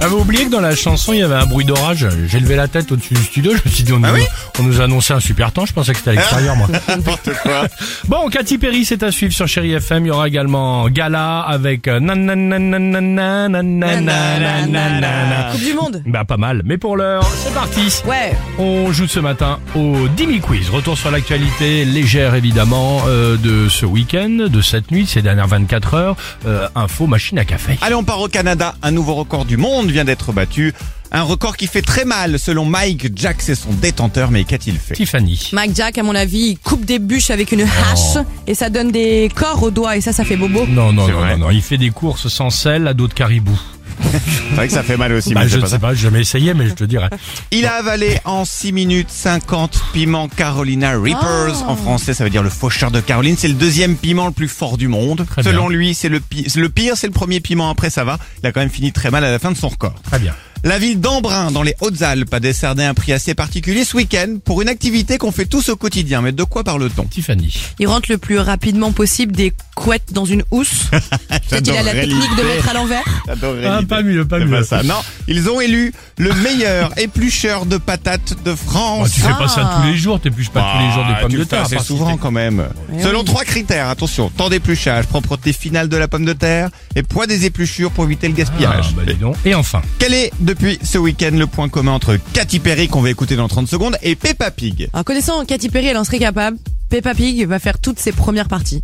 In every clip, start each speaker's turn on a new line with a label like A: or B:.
A: J'avais oublié que dans la chanson il y avait un bruit d'orage. J'ai levé la tête au-dessus du studio. Je me suis dit on,
B: Ah
A: nous,
B: oui Ah.
A: on nous a annoncé un super temps. Je pensais que c'était à l'extérieur moi.
B: N'importe quoi.
A: Bon, Katy Perry c'est à suivre sur Chéri FM. Il y aura également Gala avec euh, nananananananananana.
C: Coupe du monde.
A: Bah pas mal. Mais pour l'heure c'est parti.
C: Ouais.
A: On joue ce matin au Dimi Quiz. Retour sur l'actualité légère évidemment euh, de ce week-end, de cette nuit, ces dernières 24 heures. Euh, info machine à café.
B: Allez, on part au Canada. Un nouveau record du monde vient d'être battu. Un record qui fait très mal. Selon Mike, Jack, c'est son détenteur. Mais qu'a-t-il fait
A: Tiffany.
C: Mike Jack, à mon avis, il coupe des bûches avec
A: Oh.
C: une hache et ça donne des corps aux doigts et ça, ça fait bobo.
A: Non, non,
B: C'est
A: non,
B: vrai.
A: non, non, il fait des courses sans sel à dos de caribou.
B: C'est vrai que ça fait mal aussi.
A: Bah,
B: mais
A: je
B: c'est
A: ne
B: pas
A: sais
B: ça.
A: pas, j'ai jamais essayé, mais je te dirais.
B: Il a avalé en 6 minutes 50 piments Carolina Reapers.
C: Oh.
B: En français, ça veut dire le faucheur de Caroline. C'est le deuxième piment le plus fort du monde.
A: Très bien.
B: Selon lui, c'est le pire. Le pire, c'est le premier piment. Après, ça va. Il a quand même fini très mal à la fin de son record.
A: Très bien.
B: La ville d'Embrun, dans les Hautes-Alpes, a décerné un prix assez particulier ce week-end pour une activité qu'on fait tous au quotidien. Mais de quoi parle-t-on
A: Tiffany.
C: Il rentre le plus rapidement possible des couettes dans une housse. Peut-être qu'il a la
B: J'adorerais
C: technique de
B: l'idée.
C: mettre à l'envers.
B: J'adorerais
A: Ah,
B: l'idée.
A: pas mieux, pas
B: C'est
A: mieux.
B: ça. Non, ils ont élu le meilleur éplucheur de patates de
A: Bah,
B: France.
A: tu fais pas ça tous les jours, t'épluches pas tous les jours des
B: Ah, tu
A: pommes de
B: le fais
A: terre. à
B: assez
A: part si
B: souvent
A: t'es-
B: quand même. Selon trois critères, attention, temps d'épluchage, propreté finale de la pomme de terre et poids des épluchures pour éviter le
A: Ah,
B: gaspillage.
A: bah, dis donc. Et enfin,
B: Quel est depuis ce week-end le point commun entre Katy Perry qu'on va écouter dans 30 secondes et Peppa Pig
C: En connaissant Katy Perry, elle en serait capable. Peppa Pig va faire toutes ses premières parties.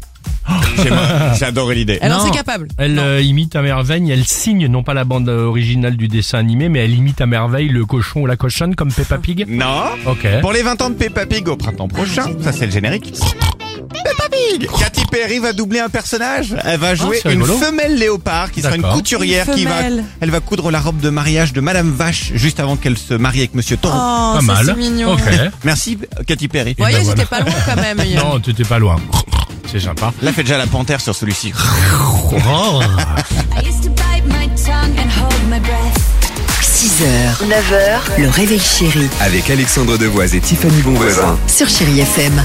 B: J'adorais l'idée.
C: Elle en
A: Non.
C: serait capable.
A: elle
C: Non.
A: euh, imite à merveille, elle signe non pas la bande euh, originale du dessin animé, mais elle imite à merveille le cochon ou la cochonne comme Peppa Pig.
B: Non
A: Ok.
B: Pour les 20 ans de Peppa Pig au printemps prochain, ça c'est le générique. Peppa Pig Katy Perry va doubler un personnage. Elle va jouer
A: Ah, c'est
B: une
A: rigolo.
B: femelle léopard qui sera une
A: D'accord.
B: couturière
C: Une
B: qui va
C: femelle.
B: elle va coudre la robe de mariage de Madame Vache juste avant qu'elle se marie avec Monsieur Taureau.
C: Oh,
A: pas
C: ça,
A: mal.
C: c'est mignon.
A: Ok.
C: Vous
B: Merci Katy Perry.
A: Oh. Ouais.
C: voyez,
A: ben
C: j'étais
A: voilà.
C: pas loin quand même. hier.
A: non, t'étais pas loin. C'est sympa.
B: Là fait déjà la panthère sur celui-ci.
A: Oh.
D: 6h, 9h, le réveil chéri
E: Avec Alexandre Devoise et Tiffany Bonvoisin.
D: sur Chérie FM.